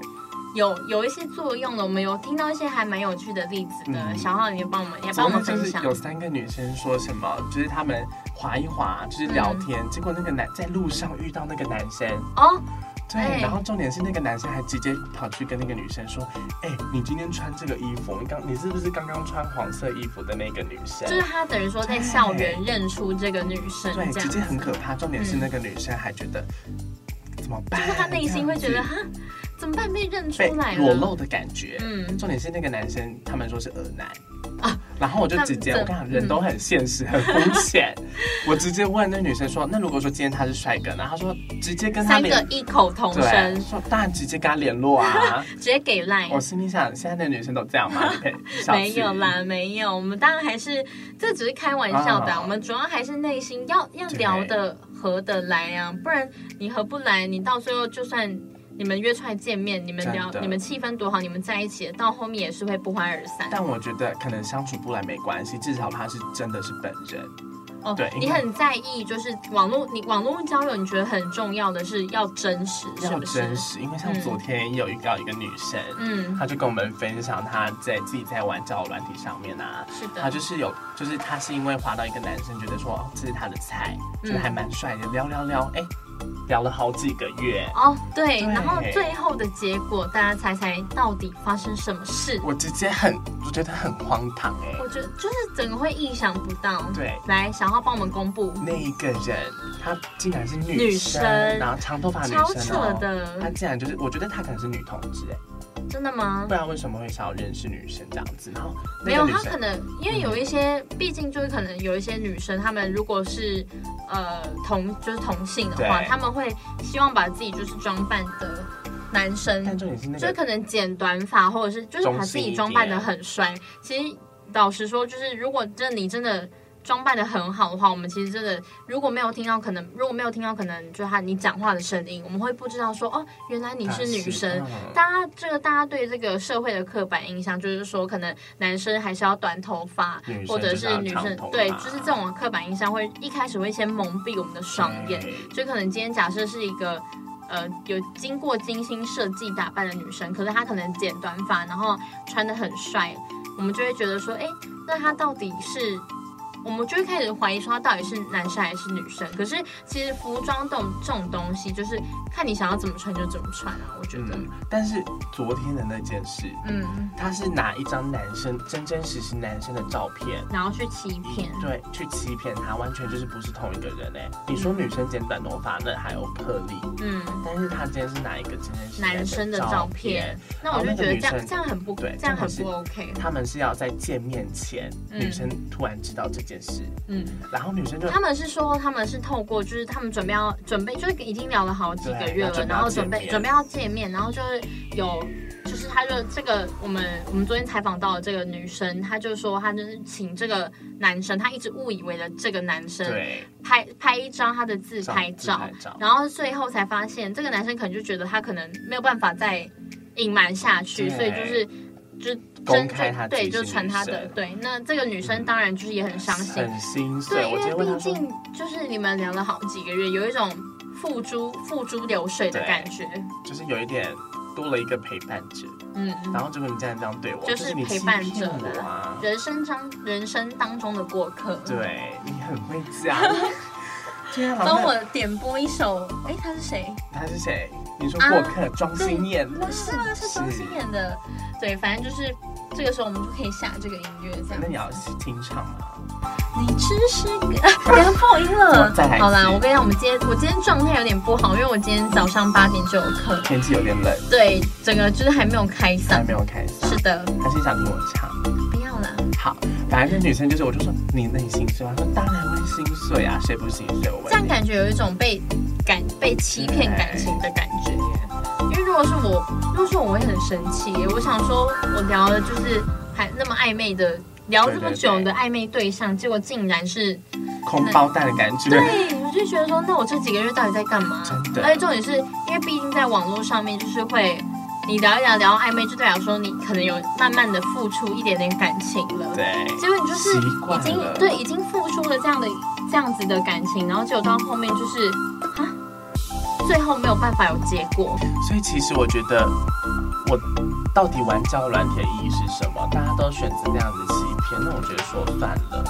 [SPEAKER 3] 有有一些作用的。我们有听到一些还蛮有趣的例子的，
[SPEAKER 2] 嗯
[SPEAKER 3] 小浩，你也帮我们，也帮
[SPEAKER 2] 昨天
[SPEAKER 3] 我
[SPEAKER 2] 就
[SPEAKER 3] 们分
[SPEAKER 2] 是
[SPEAKER 3] 享。
[SPEAKER 2] 有三个女生说什么，就是她们滑一滑，就是
[SPEAKER 3] 嗯
[SPEAKER 2] 聊天，结果那个男在路上遇到那个男生，
[SPEAKER 3] 哦，
[SPEAKER 2] 对，
[SPEAKER 3] 哎
[SPEAKER 2] 然后重点是那个男生还直接跑去跟那个女生说，哎、你今天穿这个衣服，你刚你是不是刚刚穿黄色衣服的那个女生？
[SPEAKER 3] 就是他等于说在校园认出这个女生，
[SPEAKER 2] 对，直
[SPEAKER 3] 这样，
[SPEAKER 2] 接很可怕。重点是
[SPEAKER 3] 嗯
[SPEAKER 2] 那个女生还觉得、怎么办？
[SPEAKER 3] 就是他内心会
[SPEAKER 2] 这
[SPEAKER 3] 觉得
[SPEAKER 2] 样子
[SPEAKER 3] 哈，怎么办被认出
[SPEAKER 2] 被
[SPEAKER 3] 来
[SPEAKER 2] 裸
[SPEAKER 3] 了？
[SPEAKER 2] 露的感觉。
[SPEAKER 3] 嗯，
[SPEAKER 2] 重点是那个男生，他们说是耳男 然后我就
[SPEAKER 3] 那
[SPEAKER 2] 直接，
[SPEAKER 3] 啊这嗯
[SPEAKER 2] 我跟你讲，人都很现实，很肤浅。我直接问那女生说：“那如果说今天他是帅哥呢？”她说：“直接跟他
[SPEAKER 3] 三个
[SPEAKER 2] 联，
[SPEAKER 3] 异口同
[SPEAKER 2] 对，
[SPEAKER 3] 声，
[SPEAKER 2] 说当然直接跟他联络 啊。
[SPEAKER 3] 直接给”
[SPEAKER 2] 我
[SPEAKER 3] line。
[SPEAKER 2] 心里想，现在的女生都这样吗？你可 以小
[SPEAKER 3] 没有
[SPEAKER 2] 气
[SPEAKER 3] 啦，没有，我们当然还是这只是开玩笑的啊、
[SPEAKER 2] 啊
[SPEAKER 3] 我们主要还是内心要要聊的合得来啊，不然你合不来，你到最后就算你们约出来见面，你们聊
[SPEAKER 2] 真的
[SPEAKER 3] 你们气氛多好，你们在一起了，到后面也是会不欢而散。
[SPEAKER 2] 但我觉得可能相处不来没关系，至少他是真的是本人。
[SPEAKER 3] 哦
[SPEAKER 2] 对
[SPEAKER 3] 你很在意，就是网络你网络交友，你觉得很重要的是要真实，是
[SPEAKER 2] 要
[SPEAKER 3] 不是？
[SPEAKER 2] 真实，因为像
[SPEAKER 3] 嗯
[SPEAKER 2] 昨天有遇到一个女生，
[SPEAKER 3] 嗯，
[SPEAKER 2] 她就跟我们分享她在自己在玩交友软体上面啊，
[SPEAKER 3] 是
[SPEAKER 2] 她
[SPEAKER 3] 的，
[SPEAKER 2] 就是有，就是她是因为滑到一个男生，觉得说哦这是她的菜，
[SPEAKER 3] 嗯
[SPEAKER 2] 就是还蛮帅的，聊聊聊，哎、聊了好几个月。
[SPEAKER 3] 哦对，
[SPEAKER 2] 对
[SPEAKER 3] 然后最后的结果，大家猜猜到底发生什么事？
[SPEAKER 2] 我直接很，我觉得很荒唐哎、
[SPEAKER 3] 我觉得就是整个会意想不到。
[SPEAKER 2] 对，
[SPEAKER 3] 来，小浩帮我们公布，
[SPEAKER 2] 那一个人她竟然是女生，
[SPEAKER 3] 女生
[SPEAKER 2] 然后长头发女
[SPEAKER 3] 超
[SPEAKER 2] 生
[SPEAKER 3] 扯
[SPEAKER 2] 哦、她
[SPEAKER 3] 的，嗯
[SPEAKER 2] 竟然就是，我觉得她可能是女同志哎、
[SPEAKER 3] 真的吗
[SPEAKER 2] 不？然为什么会想要认识女生这样子？然后
[SPEAKER 3] 没
[SPEAKER 2] 那个
[SPEAKER 3] 有，
[SPEAKER 2] 女
[SPEAKER 3] 他
[SPEAKER 2] 生
[SPEAKER 3] 可能因为有一些，毕竟就是可能有一些女生，她们如果是呃同就是同性的话，
[SPEAKER 2] 对
[SPEAKER 3] 她们会希望把自己就是装扮的男生，
[SPEAKER 2] 但重点是那
[SPEAKER 3] 就是
[SPEAKER 2] 个
[SPEAKER 3] 可能剪短发，或者是就是把自己装扮的很帅。其实老实说，就是如果真的你真的装扮的很好的话，我们其实真的如果没有听到，可能如果没有听到，可能就他你讲话的声音，我们会不知道说哦，原来你
[SPEAKER 2] 她
[SPEAKER 3] 是女生。
[SPEAKER 2] 嗯
[SPEAKER 3] 大家这个大家对这个社会的刻板印象，就是说可能男生还是要短头发
[SPEAKER 2] 女生，
[SPEAKER 3] 或者
[SPEAKER 2] 就是要
[SPEAKER 3] 是女
[SPEAKER 2] 长
[SPEAKER 3] 生
[SPEAKER 2] 头发
[SPEAKER 3] 对，就是这种刻板印象会一开始会先蒙蔽我们的双眼。
[SPEAKER 2] 对
[SPEAKER 3] 就可能今天假设是一个呃有经过精心设计打扮的女生，可是她可能剪短发，然后穿的很帅，我们就会觉得说，哎，那她到底是？我们就会开始怀疑说她到底是男生还是女生。可是其实服装这种这种东西，就是看你想要怎么穿就怎么穿啊。我觉得，
[SPEAKER 2] 嗯，但是昨天的那件事，
[SPEAKER 3] 嗯，
[SPEAKER 2] 他是拿一张男生真真实实男生的照片，
[SPEAKER 3] 然后去欺骗，
[SPEAKER 2] 对，去欺骗他，完全就是不是同一个人哎、你说女生剪短头发那还有魄力，
[SPEAKER 3] 嗯，
[SPEAKER 2] 但是他今天是拿一个真真实实
[SPEAKER 3] 男生的照片
[SPEAKER 2] 片。。
[SPEAKER 3] 那我就觉得这
[SPEAKER 2] 然后那个女
[SPEAKER 3] 样
[SPEAKER 2] 生
[SPEAKER 3] 这样很不
[SPEAKER 2] 对
[SPEAKER 3] 这样很
[SPEAKER 2] 重
[SPEAKER 3] 不 OK。
[SPEAKER 2] 他们是要在见面前，
[SPEAKER 3] 嗯
[SPEAKER 2] 女生突然知道这件事，
[SPEAKER 3] 嗯。
[SPEAKER 2] 然后女生就
[SPEAKER 3] 他们是说他们是透过，就是他们准备要准备，就是已经聊了好几个月
[SPEAKER 2] 对
[SPEAKER 3] 了，然
[SPEAKER 2] 要
[SPEAKER 3] 后
[SPEAKER 2] 准
[SPEAKER 3] 准
[SPEAKER 2] 备
[SPEAKER 3] 备
[SPEAKER 2] 要见面
[SPEAKER 3] 准备要见面，然后就是有，就是他就这个我们我们昨天采访到的这个女生，她就说她就是请这个男生，她一直误以为了这个男生
[SPEAKER 2] 对
[SPEAKER 3] 拍拍一张他的自拍照，
[SPEAKER 2] 自拍照
[SPEAKER 3] 然后最后才发现这个男生可能就觉得他可能没有办法再隐瞒下去，
[SPEAKER 2] 对
[SPEAKER 3] 所以就是。就
[SPEAKER 2] 公
[SPEAKER 3] 真
[SPEAKER 2] 开他
[SPEAKER 3] 正
[SPEAKER 2] 自己是
[SPEAKER 3] 对，就传他
[SPEAKER 2] 女
[SPEAKER 3] 的
[SPEAKER 2] 生
[SPEAKER 3] 对，那这个女生当然就是也很伤心，
[SPEAKER 2] 很心碎。
[SPEAKER 3] 对，
[SPEAKER 2] 我
[SPEAKER 3] 因
[SPEAKER 2] 直接
[SPEAKER 3] 为
[SPEAKER 2] 问他
[SPEAKER 3] 毕
[SPEAKER 2] 说，
[SPEAKER 3] 竟就是你们聊了好几个月，有一种付诸付诸流水的
[SPEAKER 2] 对
[SPEAKER 3] 感觉。
[SPEAKER 2] 就是有一点多了一个陪伴者，
[SPEAKER 3] 嗯，
[SPEAKER 2] 然后结果你竟然这样对我，
[SPEAKER 3] 就是
[SPEAKER 2] 是你
[SPEAKER 3] 陪
[SPEAKER 2] 欺
[SPEAKER 3] 伴
[SPEAKER 2] 骗
[SPEAKER 3] 者
[SPEAKER 2] 我啊，
[SPEAKER 3] 人生当人生当中的过客。，
[SPEAKER 2] 对你很会 讲。天啊，老
[SPEAKER 3] 帮
[SPEAKER 2] 板
[SPEAKER 3] 我点播一首，哎，他是谁？
[SPEAKER 2] 他是谁？你说
[SPEAKER 3] 啊
[SPEAKER 2] 过客庄心妍，
[SPEAKER 3] 是啊，是张馨演的。对，反正就是这个时候我们就可以下这个音乐，这
[SPEAKER 2] 那你
[SPEAKER 3] 样
[SPEAKER 2] 要
[SPEAKER 3] 子。
[SPEAKER 2] 清唱吗？
[SPEAKER 3] 你只是个啊梁破音了
[SPEAKER 2] 再来一次
[SPEAKER 3] 好啦，我跟你讲，我们今天我今天状态有点不好，因为我今天早上八点就有课，
[SPEAKER 2] 天气有点冷，
[SPEAKER 3] 对，整个就是还没有开
[SPEAKER 2] 还
[SPEAKER 3] 嗓。
[SPEAKER 2] 没有开嗓，
[SPEAKER 3] 是的，
[SPEAKER 2] 还是想听我唱。
[SPEAKER 3] 不要啦。
[SPEAKER 2] 好，反正这女生就是，我就说你内心碎吗，她说当然会心碎啊，谁不心碎？我问你
[SPEAKER 3] 这样感觉有一种被感被欺骗感情的感觉。因为如果是我，如果是我，我会很生气。我想说，我聊了就是还那么暧昧的，聊这么久
[SPEAKER 2] 对对对
[SPEAKER 3] 的暧昧对象，结果竟然是
[SPEAKER 2] 空包蛋的感觉，
[SPEAKER 3] 对，哎我就觉得说，那我这几个月到底在干嘛
[SPEAKER 2] 真？的
[SPEAKER 3] 而且重点是因为毕竟在网络上面，就是会你聊一聊聊暧昧，就代表说你可能有慢慢的付出一点点感情了。
[SPEAKER 2] 对，
[SPEAKER 3] 结果你就是
[SPEAKER 2] 习惯
[SPEAKER 3] 已经
[SPEAKER 2] 了
[SPEAKER 3] 对已经付出了这样的这样子的感情，然后结果到后面就是啊，最后没有办法有结果。
[SPEAKER 2] 所以其实我觉得，我到底玩交友软体的意义是什么？大家都选择那样子欺骗，那我觉得说算了，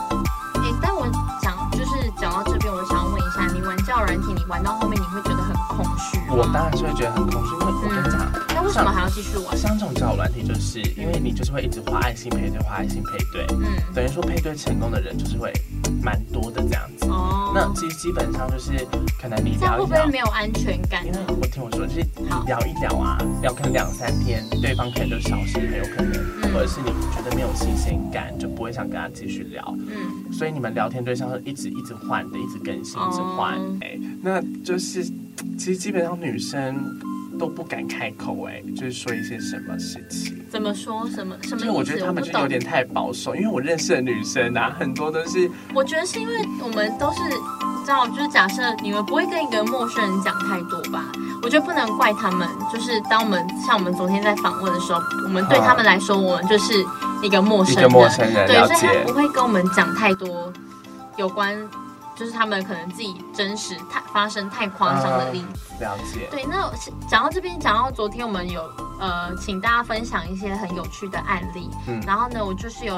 [SPEAKER 3] 哎、但我想就是讲到这边，我想要问一下，你玩交友软体，你玩到后面你会觉得很空虚吗？
[SPEAKER 2] 我当然是会觉得很空虚，因为我跟你讲。
[SPEAKER 3] 那为什么还要继续玩？
[SPEAKER 2] 像这种交友软体，就是因为你就是会一直花爱心配对，花爱心配对，
[SPEAKER 3] 嗯，
[SPEAKER 2] 等于说配对成功的人就是会蛮多的这样子。
[SPEAKER 3] 哦，
[SPEAKER 2] 那其实基本上就是可能你
[SPEAKER 3] 这
[SPEAKER 2] 聊
[SPEAKER 3] 样会
[SPEAKER 2] 一
[SPEAKER 3] 不会
[SPEAKER 2] 聊，
[SPEAKER 3] 没有安全感
[SPEAKER 2] 因为
[SPEAKER 3] 呢？
[SPEAKER 2] 我听我说，就是你
[SPEAKER 3] 好
[SPEAKER 2] 聊一聊啊，聊可能两三天，对方可能就消失，很有可能，
[SPEAKER 3] 嗯
[SPEAKER 2] 或者是你觉得没有新鲜感，就不会想跟他继续聊。
[SPEAKER 3] 嗯，
[SPEAKER 2] 所以你们聊天对象是一直一直换的，一直更新，一直换
[SPEAKER 3] 哦。
[SPEAKER 2] 哎、那就是其实基本上女生都不敢开口、哎，就是说一些什么事情。
[SPEAKER 3] 怎么说什么
[SPEAKER 2] 就
[SPEAKER 3] 什么意
[SPEAKER 2] 是
[SPEAKER 3] 思？
[SPEAKER 2] 我觉得她们
[SPEAKER 3] 不
[SPEAKER 2] 就
[SPEAKER 3] 懂
[SPEAKER 2] 有点太保守，因为我认识的女生
[SPEAKER 3] 嗯
[SPEAKER 2] 啊，很多都是
[SPEAKER 3] 我觉得是因为我们都是，你知道，就是假设你们不会跟一个陌生人讲太多吧，我觉得不能怪他们。就是当我们像我们昨天在访问的时候，我们对
[SPEAKER 2] 啊
[SPEAKER 3] 他们来说，我们就是一个陌
[SPEAKER 2] 一
[SPEAKER 3] 生
[SPEAKER 2] 个
[SPEAKER 3] 人，
[SPEAKER 2] 陌生人
[SPEAKER 3] 对，
[SPEAKER 2] 了
[SPEAKER 3] 所以他
[SPEAKER 2] 解
[SPEAKER 3] 们不，会跟我们讲太多有关，就是他们可能自己真实太发生太夸张
[SPEAKER 2] 嗯
[SPEAKER 3] 的例子。
[SPEAKER 2] 了解。
[SPEAKER 3] 对，那我是讲到这边，讲到昨天我们有呃，请大家分享一些很有趣的案例。
[SPEAKER 2] 嗯
[SPEAKER 3] 然后呢，我就是有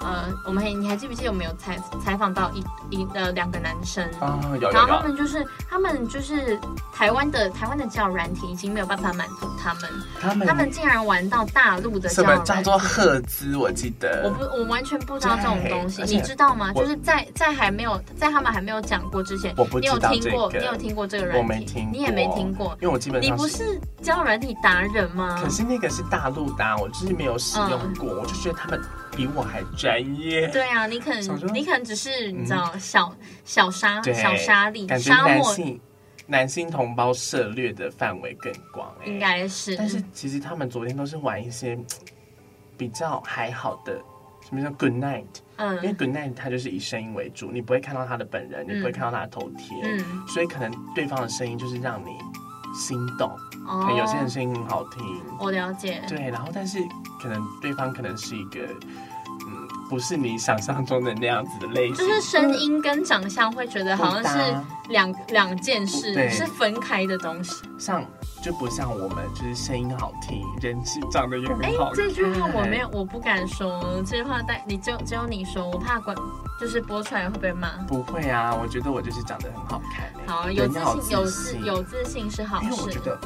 [SPEAKER 3] 呃，我们还你还记不记得我们有采采访到一一呃两个男生？
[SPEAKER 2] 啊、有有
[SPEAKER 3] 然后他
[SPEAKER 2] 有，
[SPEAKER 3] 们就是，他们就是台湾的台湾的教软体已经没有办法满足他们，
[SPEAKER 2] 他们
[SPEAKER 3] 他们竟然玩到大陆的
[SPEAKER 2] 什
[SPEAKER 3] 教
[SPEAKER 2] 么
[SPEAKER 3] 软
[SPEAKER 2] 叫
[SPEAKER 3] 体
[SPEAKER 2] 做赫兹？我记
[SPEAKER 3] 我
[SPEAKER 2] 得
[SPEAKER 3] 不，我完全不知道这种东西，
[SPEAKER 2] 对而且
[SPEAKER 3] 你知道吗？
[SPEAKER 2] 我
[SPEAKER 3] 就是在在还没有在他们还没有讲过之前，
[SPEAKER 2] 我不
[SPEAKER 3] 你
[SPEAKER 2] 知
[SPEAKER 3] 有
[SPEAKER 2] 道
[SPEAKER 3] 听过
[SPEAKER 2] 这个
[SPEAKER 3] 你有听过这个
[SPEAKER 2] 我
[SPEAKER 3] 软
[SPEAKER 2] 没
[SPEAKER 3] 体
[SPEAKER 2] 听，
[SPEAKER 3] 你也没听过，
[SPEAKER 2] 因为我基本
[SPEAKER 3] 你
[SPEAKER 2] 上
[SPEAKER 3] 不是教软体达人吗？嗯
[SPEAKER 2] 可是那个是大陆的啊、我就是没有使用过，我就觉得他们比我还专业。
[SPEAKER 3] 对啊，你可
[SPEAKER 2] 想说
[SPEAKER 3] 能你可能只是你知道、小小沙
[SPEAKER 2] 嗯对
[SPEAKER 3] 小沙粒
[SPEAKER 2] 感觉
[SPEAKER 3] 沙
[SPEAKER 2] 男
[SPEAKER 3] 漠
[SPEAKER 2] 性男性同胞涉猎的范围更广、哎，
[SPEAKER 3] 应。该是，嗯
[SPEAKER 2] 但是其实他们昨天都是玩一些嗯比较还好的，什么叫 Good Night？因为
[SPEAKER 3] 嗯
[SPEAKER 2] Good Night 它就是以声音为主，你不会看到他的本人，你不会看到他的头贴，
[SPEAKER 3] 嗯，
[SPEAKER 2] 所以可能对方的声音就是让你心动。可能
[SPEAKER 3] 哦，
[SPEAKER 2] 有些人声音很好听，
[SPEAKER 3] 我了解，
[SPEAKER 2] 对，然后但是可能对方可能是一个，嗯，不是你想象中的那样子的类型，
[SPEAKER 3] 就是声音跟长相会觉得好像
[SPEAKER 2] 不
[SPEAKER 3] 是
[SPEAKER 2] 搭
[SPEAKER 3] 两两件
[SPEAKER 2] 不对
[SPEAKER 3] 事，是分开的东西。
[SPEAKER 2] 像就不像我们，就是声音好听，人气长得也很
[SPEAKER 3] 哎
[SPEAKER 2] 好看。，
[SPEAKER 3] 这句话我没有，我不敢说。这句话带你只有只有你说，我怕管，就是播出来会被骂。
[SPEAKER 2] 不会啊，我觉得我就是长得很好看、欸。
[SPEAKER 3] 好，有
[SPEAKER 2] 人
[SPEAKER 3] 自
[SPEAKER 2] 要
[SPEAKER 3] 信，有自
[SPEAKER 2] 信
[SPEAKER 3] 有自信是好
[SPEAKER 2] 因为我
[SPEAKER 3] 事
[SPEAKER 2] 觉。得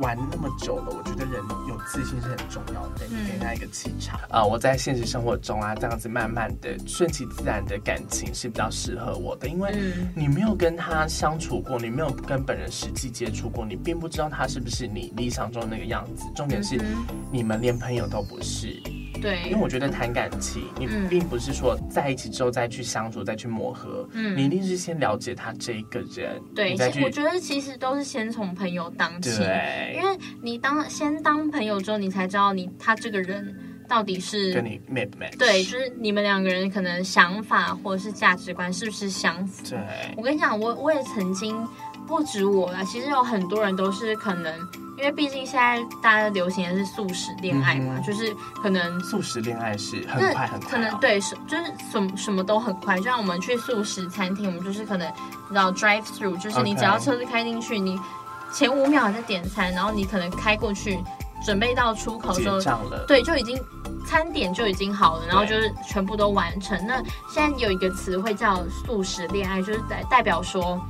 [SPEAKER 2] 玩那么久了，我觉得人有自信是很重要的，
[SPEAKER 3] 嗯
[SPEAKER 2] 你给他一个气场。啊，我在现实生活中啊，这样子慢慢的顺其自然的感情是比较适合我的，因为
[SPEAKER 3] 嗯
[SPEAKER 2] 你没有跟他相处过，你没有跟本人实际接触过，你并不知道他是不是你理想中的那个样子。重点是
[SPEAKER 3] 嗯
[SPEAKER 2] 你们连朋友都不是，
[SPEAKER 3] 哼
[SPEAKER 2] 因为
[SPEAKER 3] 对，
[SPEAKER 2] 我觉得谈感情，你
[SPEAKER 3] 嗯
[SPEAKER 2] 并不是说在一起之后再去相处、再去磨合，
[SPEAKER 3] 嗯
[SPEAKER 2] 你一定是先了解他这一个人，你再
[SPEAKER 3] 对，
[SPEAKER 2] 去
[SPEAKER 3] 其我觉得其实都是先从朋友当起，因
[SPEAKER 2] 对。
[SPEAKER 3] 为你当先当朋友之后，你才知道你他这个人到底
[SPEAKER 2] 跟
[SPEAKER 3] 是。
[SPEAKER 2] 你 match match，
[SPEAKER 3] 对，就是你们两个人可能想法或者是价值观是不是相符？
[SPEAKER 2] 对，
[SPEAKER 3] 我跟你讲，我我也曾经不止我啦，其实有很多人都是可能，因为毕竟现在大家流行的是素食恋爱嘛，
[SPEAKER 2] 嗯哼
[SPEAKER 3] 就是可能
[SPEAKER 2] 素食恋爱是很
[SPEAKER 3] 那
[SPEAKER 2] 快很啊快、
[SPEAKER 3] 可能，对，是就是什么什么都很快，就像我们去素食餐厅，我们就是可能你知道 drive through，就是你
[SPEAKER 2] OK
[SPEAKER 3] 只要车子开进去，你。前五秒还在点餐，然后你可能开过去，准备到出口的时
[SPEAKER 2] 结
[SPEAKER 3] 候，
[SPEAKER 2] 账了，
[SPEAKER 3] 对，就已经餐点就已经好了，然后
[SPEAKER 2] 对
[SPEAKER 3] 就是全部都完成。那现在有一个词汇叫“素食恋爱”，就是代代表说。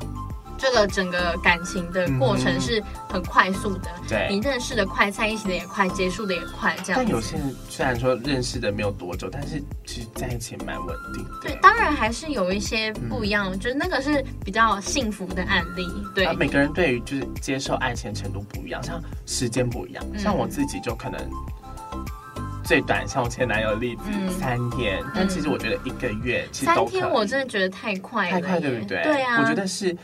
[SPEAKER 3] 这个整个感情的过
[SPEAKER 2] 嗯
[SPEAKER 3] 程
[SPEAKER 2] 哼
[SPEAKER 3] 是很快速的，
[SPEAKER 2] 对
[SPEAKER 3] 你认识的快，在一起的也快，结束的也快，这样
[SPEAKER 2] 但
[SPEAKER 3] 子。
[SPEAKER 2] 有些人虽然说认识的没有多久，但是其实在一起蛮稳定的。
[SPEAKER 3] 对，当然还是有一些不一样，就是那个是比较幸福的案例。对
[SPEAKER 2] 啊，，嗯每个人对于就是接受爱情的程度不一样，像时间不一样，
[SPEAKER 3] 嗯
[SPEAKER 2] 像我自己就可能最短，像我前男友的例子、
[SPEAKER 3] 嗯
[SPEAKER 2] 三天，但其实我觉得一个月其实
[SPEAKER 3] 三
[SPEAKER 2] 都可以
[SPEAKER 3] 天我真的觉得太快
[SPEAKER 2] 太
[SPEAKER 3] 了耶，
[SPEAKER 2] 快，对不对？
[SPEAKER 3] 对啊，
[SPEAKER 2] 我觉得是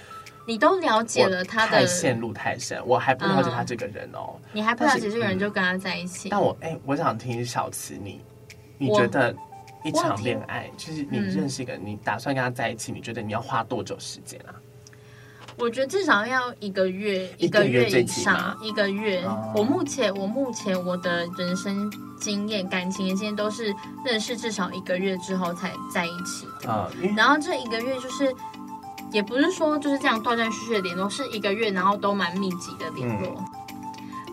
[SPEAKER 3] 你都了解了他
[SPEAKER 2] 我太
[SPEAKER 3] 的，
[SPEAKER 2] 陷入太深，我还不了解他这个人哦。
[SPEAKER 3] 你还不了解这个人就跟他在一起。
[SPEAKER 2] 但我哎、我想听小慈你，你
[SPEAKER 3] 我
[SPEAKER 2] 觉得一
[SPEAKER 3] 我有
[SPEAKER 2] 场
[SPEAKER 3] 听
[SPEAKER 2] 恋爱就是你
[SPEAKER 3] 嗯
[SPEAKER 2] 认识一个人，你打算跟他在一起，你觉得你要花多久时间啊？
[SPEAKER 3] 我觉得至少要一个月，
[SPEAKER 2] 一
[SPEAKER 3] 一
[SPEAKER 2] 个
[SPEAKER 3] 个
[SPEAKER 2] 月
[SPEAKER 3] 月
[SPEAKER 2] 最
[SPEAKER 3] 以
[SPEAKER 2] 起
[SPEAKER 3] 上
[SPEAKER 2] 码，
[SPEAKER 3] 一个月
[SPEAKER 2] 哦。
[SPEAKER 3] 我目前，我目前我的人生经验、感情的经验都是认识至少一个月之后才在一起的。
[SPEAKER 2] 啊、因为
[SPEAKER 3] 然后这一个月就是，也不是说就是这样断断续续的联络，是一个月，然后都蛮密集的联络。
[SPEAKER 2] 嗯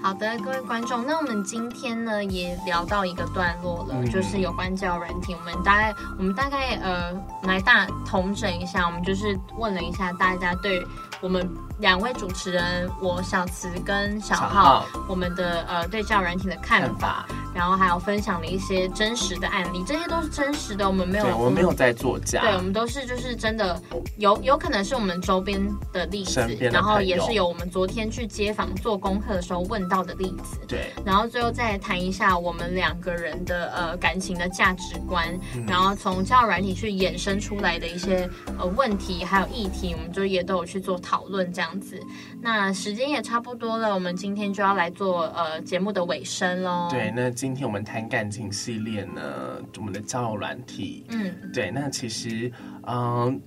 [SPEAKER 3] 好的，各位观众，那我们今天呢也聊到一个段落了，
[SPEAKER 2] 嗯
[SPEAKER 3] 就是有关交友软体，我们大概我们大概呃，我们来大统整一下，我们就是问了一下大家对我们两位主持人，我小慈跟小
[SPEAKER 2] 小
[SPEAKER 3] 浩，
[SPEAKER 2] 号
[SPEAKER 3] 我们的呃对交友软体的看
[SPEAKER 2] 看
[SPEAKER 3] 法，
[SPEAKER 2] 法，
[SPEAKER 3] 然后还有分享了一些真实的案例，这些都是真实的，我们没有
[SPEAKER 2] 对我们没有在作假，
[SPEAKER 3] 对，我们都是就是真的有有可能是我们周边的例子
[SPEAKER 2] 身边的朋友，
[SPEAKER 3] 然后也是有我们昨天去街访做功课的时候问到的例子。
[SPEAKER 2] 对
[SPEAKER 3] 然后最后再谈一下我们两个人的呃感情的价值观，
[SPEAKER 2] 嗯
[SPEAKER 3] 然后从交友软体去衍生出来的一些呃问题还有议题，我们就也都有去做讨论这样子。那时间也差不多了，我们今天就要来做呃节目的尾声喽。
[SPEAKER 2] 对，，那今天我们谈感情系列呢，我们的交友软体，
[SPEAKER 3] 嗯，
[SPEAKER 2] 对，那其实，嗯，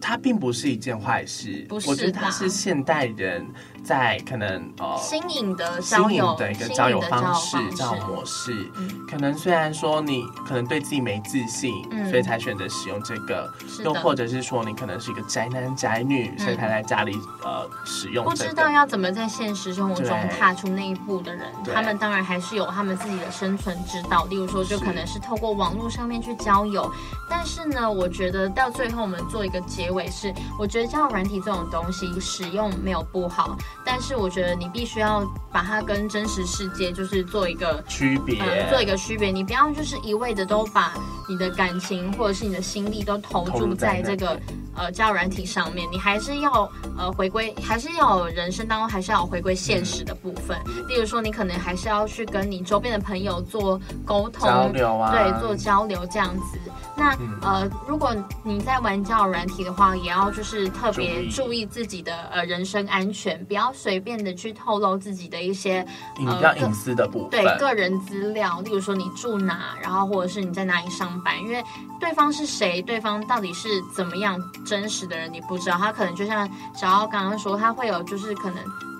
[SPEAKER 2] 它并不是一件坏事，
[SPEAKER 3] 不
[SPEAKER 2] 我觉
[SPEAKER 3] 是
[SPEAKER 2] 得它
[SPEAKER 3] 吧
[SPEAKER 2] 是现代人在可能呃
[SPEAKER 3] 新颖的
[SPEAKER 2] 新
[SPEAKER 3] 交
[SPEAKER 2] 颖
[SPEAKER 3] 友
[SPEAKER 2] 的一个
[SPEAKER 3] 新
[SPEAKER 2] 交
[SPEAKER 3] 颖
[SPEAKER 2] 友
[SPEAKER 3] 的
[SPEAKER 2] 方式、交
[SPEAKER 3] 交
[SPEAKER 2] 友
[SPEAKER 3] 友
[SPEAKER 2] 模式。
[SPEAKER 3] 嗯
[SPEAKER 2] 可能虽然说你可能对自己没自信，
[SPEAKER 3] 嗯
[SPEAKER 2] 所以才选择使用这个，
[SPEAKER 3] 是
[SPEAKER 2] 又
[SPEAKER 3] 的嗯
[SPEAKER 2] 或者是说你可能是一个宅男宅女，所以才在家里呃使用
[SPEAKER 3] 不
[SPEAKER 2] 这
[SPEAKER 3] 知
[SPEAKER 2] 个。
[SPEAKER 3] 道要怎么在现实生活中
[SPEAKER 2] 对
[SPEAKER 3] 踏出那一步的人，
[SPEAKER 2] 对
[SPEAKER 3] 他们当然还是有他们自己的生存之道，例如说，就是可能是透过网络上面去交友。但是呢，我觉得到最后我们做一个结尾是，我觉得交友软体这种东西使用没有不好，但是我觉得你必须要把它跟真实世界就是做一个
[SPEAKER 2] 区别、
[SPEAKER 3] 嗯，做一个区别，你不要就是一味的都把你的感情或者是你的心力都投
[SPEAKER 2] 投入
[SPEAKER 3] 注
[SPEAKER 2] 在
[SPEAKER 3] 在这
[SPEAKER 2] 那
[SPEAKER 3] 个
[SPEAKER 2] 里
[SPEAKER 3] 呃交友软体上面，你还是要呃回归，还是要有人生当中还是要有回归现实的部分。
[SPEAKER 2] 嗯
[SPEAKER 3] 例如说，你可能还是要去跟你周边的朋友做沟通，
[SPEAKER 2] 交流啊，嗯
[SPEAKER 3] 对，做交流这样子。那、呃，如果你在玩交友软体的话，也要就是特
[SPEAKER 2] 注
[SPEAKER 3] 别
[SPEAKER 2] 意
[SPEAKER 3] 注意自己的呃人身安全，不要随便的去透露自己的一些
[SPEAKER 2] 隐
[SPEAKER 3] 呃
[SPEAKER 2] 比较
[SPEAKER 3] 各
[SPEAKER 2] 隐私的部分
[SPEAKER 3] 对。个人资料，例如说你住哪，然后或者是你在哪里上班，因为对方是谁，对方到底是怎么样真实的人，你不知道。他可能就像小奥刚刚说，他会有就是可能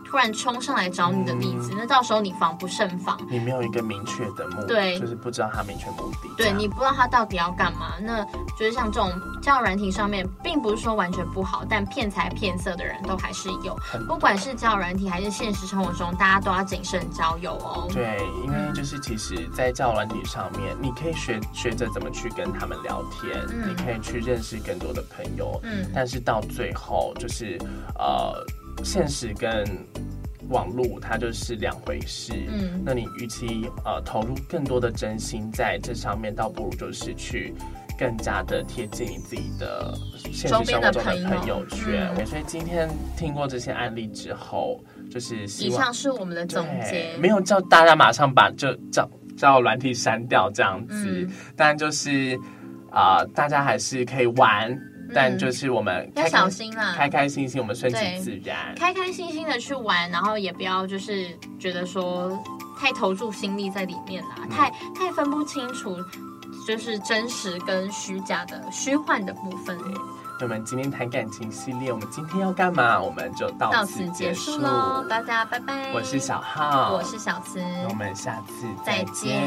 [SPEAKER 3] 突然冲上来找你的例
[SPEAKER 2] 嗯
[SPEAKER 3] 子，那到时候你防不胜防。
[SPEAKER 2] 你没有一个明确的目，
[SPEAKER 3] 对
[SPEAKER 2] 就是不知道他明确目的。这
[SPEAKER 3] 对
[SPEAKER 2] 样
[SPEAKER 3] 你不知道他到底要干嘛，那就是像这种交友软体上面，并不是说完全不好，但骗财骗色的人都还是有
[SPEAKER 2] 很，
[SPEAKER 3] 不管是交友软体还是现实生活中，大家都要谨慎交友哦。
[SPEAKER 2] 对，因为就是其实，在交友软体上面，你可以学学着怎么去跟他们聊天，
[SPEAKER 3] 嗯
[SPEAKER 2] 你可以去认识更多的朋友，
[SPEAKER 3] 嗯
[SPEAKER 2] 但是到最后就是呃，现实跟网络它就是两回事，
[SPEAKER 3] 嗯
[SPEAKER 2] 那你与其呃投入更多的真心在这上面，倒不如就是去。更加的贴近你自己的现实生
[SPEAKER 3] 周边
[SPEAKER 2] 活
[SPEAKER 3] 的
[SPEAKER 2] 中的
[SPEAKER 3] 朋友
[SPEAKER 2] 朋友圈，
[SPEAKER 3] 嗯
[SPEAKER 2] 所以今天听过这些案例之后，就是希
[SPEAKER 3] 以
[SPEAKER 2] 望
[SPEAKER 3] 上是我们的总
[SPEAKER 2] 对
[SPEAKER 3] 结，
[SPEAKER 2] 没有叫大家马上把就叫叫软体删掉这样子
[SPEAKER 3] 嗯，
[SPEAKER 2] 当然就是啊、呃大家还是可以玩，但就是我们
[SPEAKER 3] 嗯
[SPEAKER 2] 开
[SPEAKER 3] 要
[SPEAKER 2] 开
[SPEAKER 3] 小心啦，
[SPEAKER 2] 开开心心，我们顺其
[SPEAKER 3] 对
[SPEAKER 2] 自然。
[SPEAKER 3] 开开心心的去玩，然后也不要就是觉得说太投注心力在里面啦，太太分不清楚就是真实跟虚假的虚幻的部分。
[SPEAKER 2] 那我们今天谈感情系列，我们今天要干嘛？我们就到
[SPEAKER 3] 到
[SPEAKER 2] 此
[SPEAKER 3] 此
[SPEAKER 2] 结
[SPEAKER 3] 结束喽，大家拜拜。
[SPEAKER 2] 我是小浩，
[SPEAKER 3] 我是小慈，
[SPEAKER 2] 那我们下次
[SPEAKER 3] 再
[SPEAKER 2] 见
[SPEAKER 3] 见